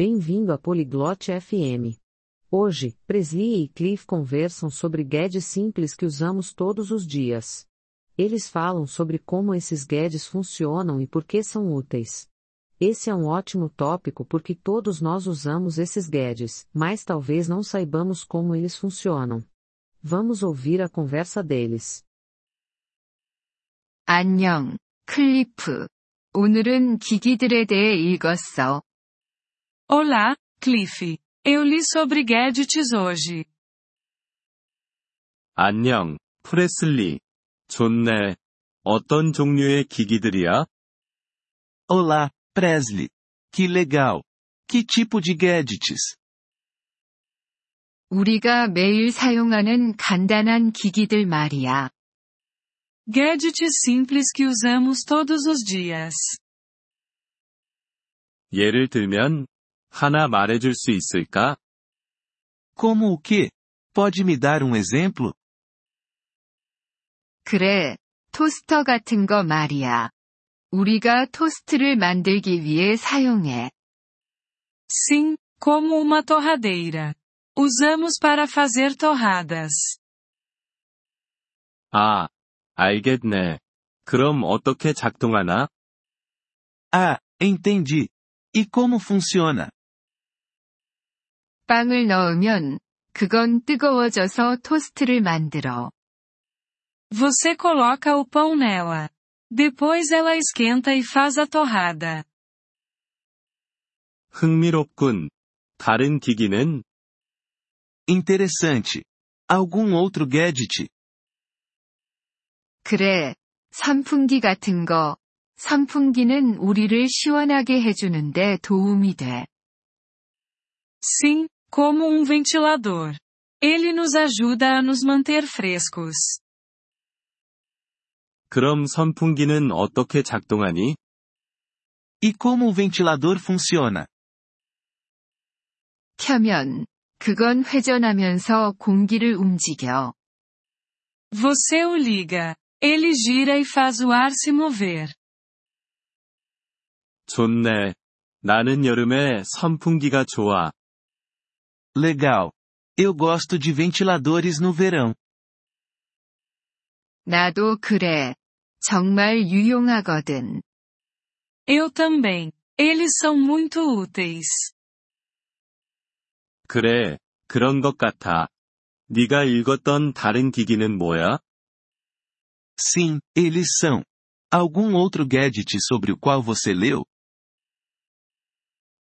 Bem-vindo à Poliglote FM. Hoje, Presley e Cliff conversam sobre gadgets simples que usamos todos os dias. Eles falam sobre como esses gadgets funcionam e por que são úteis. Esse é um ótimo tópico porque todos nós usamos esses gadgets, mas talvez não saibamos como eles funcionam. Vamos ouvir a conversa deles. 안녕, 클리프. 오늘은 기기들에 대해 읽었어. Olá, Cliff. Eu li sobre gadgets hoje. 안녕, 프레슬리. 좋네. 어떤 종류의 기기들이야? Olá, Presley. Que legal. Que tipo de gadgets? 우리가 매일 사용하는 간단한 기기들 말이야. Gadgets simples que usamos todos os dias. 예를 들면, 하나 말해줄 수 있을까? Como o que? Pode me dar um exemplo? 그래, 토스터 같은 거 말이야. 우리가 토스트를 만들기 위해 사용해. Sim, como uma torradeira. Usamos para fazer torradas. 아, 알겠네. 그럼 어떻게 작동하나? Ah, entendi. E como funciona? 빵을 넣으면 그건 뜨거워져서 토스트를 만들어. Você coloca o pão nela. Depois ela esquenta e faz a torrada. 흥미롭군. 다른 기기는? Interessante. Algum outro gadget? 그래, 선풍기 같은 거. 선풍기는 우리를 시원하게 해주는데 도움이 돼. Sim, como um ventilador. Ele nos ajuda a nos manter frescos. 그럼 선풍기는 어떻게 작동하니? E como o ventilador funciona? 켜면 그건 회전하면서 공기를 움직여. Você o liga. Ele gira e faz o ar se mover. 좋네. 나는 여름에 선풍기가 좋아. Legal. Eu gosto de ventiladores no verão. 나도 그래. 정말 유용하거든. Eu também. Eles são muito úteis. 그래, 그런 것 같아. 네가 읽었던 다른 기기는 뭐야? Sim, eles são. Algum outro gadget sobre o qual você leu?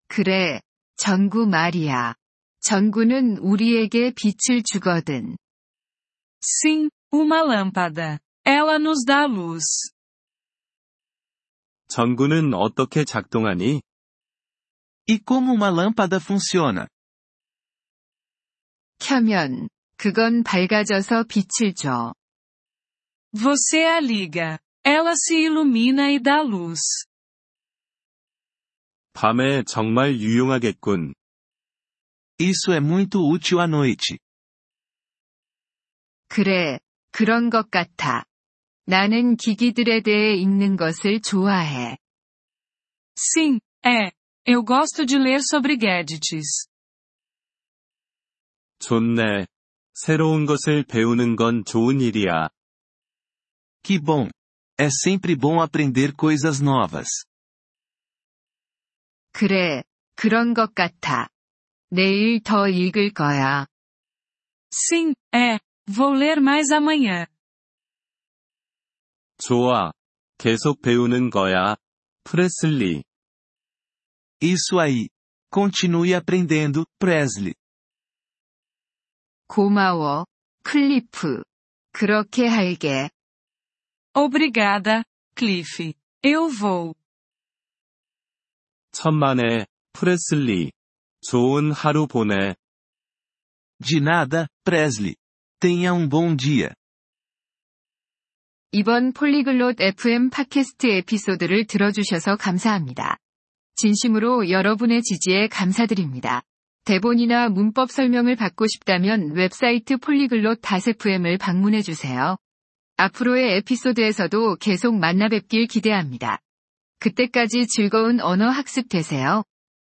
그래, 전구 말이야. 전구는 우리에게 빛을 주거든. Sim, uma lâmpada. Ela nos dá luz. 전구는 어떻게 작동하니? E como uma lâmpada funciona? 켜면 그건 밝아져서 빛을 줘. Você a liga. Ela se ilumina e dá luz. 밤에 정말 유용하겠군. Isso é muito útil à noite. 그래, 그런 것 같아. 나는 기기들에 대해 읽는 것을 좋아해. Sim, é. Eu gosto de ler sobre gadgets. 좋네. 새로운 것을 배우는 건 좋은 일이야. Que bom! É sempre bom aprender coisas novas. 그래, 그런 것 같아. 내일 더 읽을 거야. Sim, é. Vou ler mais amanhã. 좋아. 계속 배우는 거야. 프레슬리. Isso aí! Continue aprendendo, Presley. 고마워, 클리프. 그렇게 할게. Obrigada, Cliff. Eu vou. 천만에, 프레슬리. 좋은 하루 보내. De nada, Presley. Tenha um bom dia. 이번 폴리글롯 FM 팟캐스트 에피소드를 들어주셔서 감사합니다. 진심으로 여러분의 지지에 감사드립니다. 대본이나 문법 설명을 받고 싶다면 웹사이트 폴리글롯 FM을 방문해 주세요. 앞으로의 에피소드에서도 계속 만나 뵙길 기대합니다. 그때까지 즐거운 언어 학습 되세요.